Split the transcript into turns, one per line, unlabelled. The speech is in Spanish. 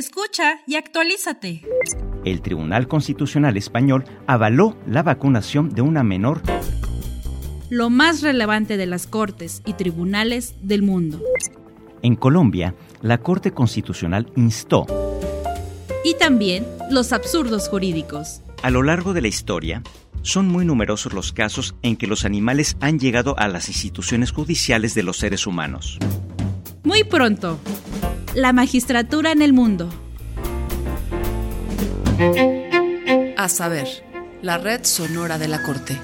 Escucha y actualízate.
El Tribunal Constitucional Español avaló la vacunación de una menor.
Lo más relevante de las cortes y tribunales del mundo.
En Colombia, la Corte Constitucional instó
Y también los absurdos jurídicos.
A lo largo de la historia, son muy numerosos los casos en que los animales han llegado a las instituciones judiciales de los seres humanos.
Muy pronto, la magistratura en el mundo.
A saber, la red sonora de la Corte.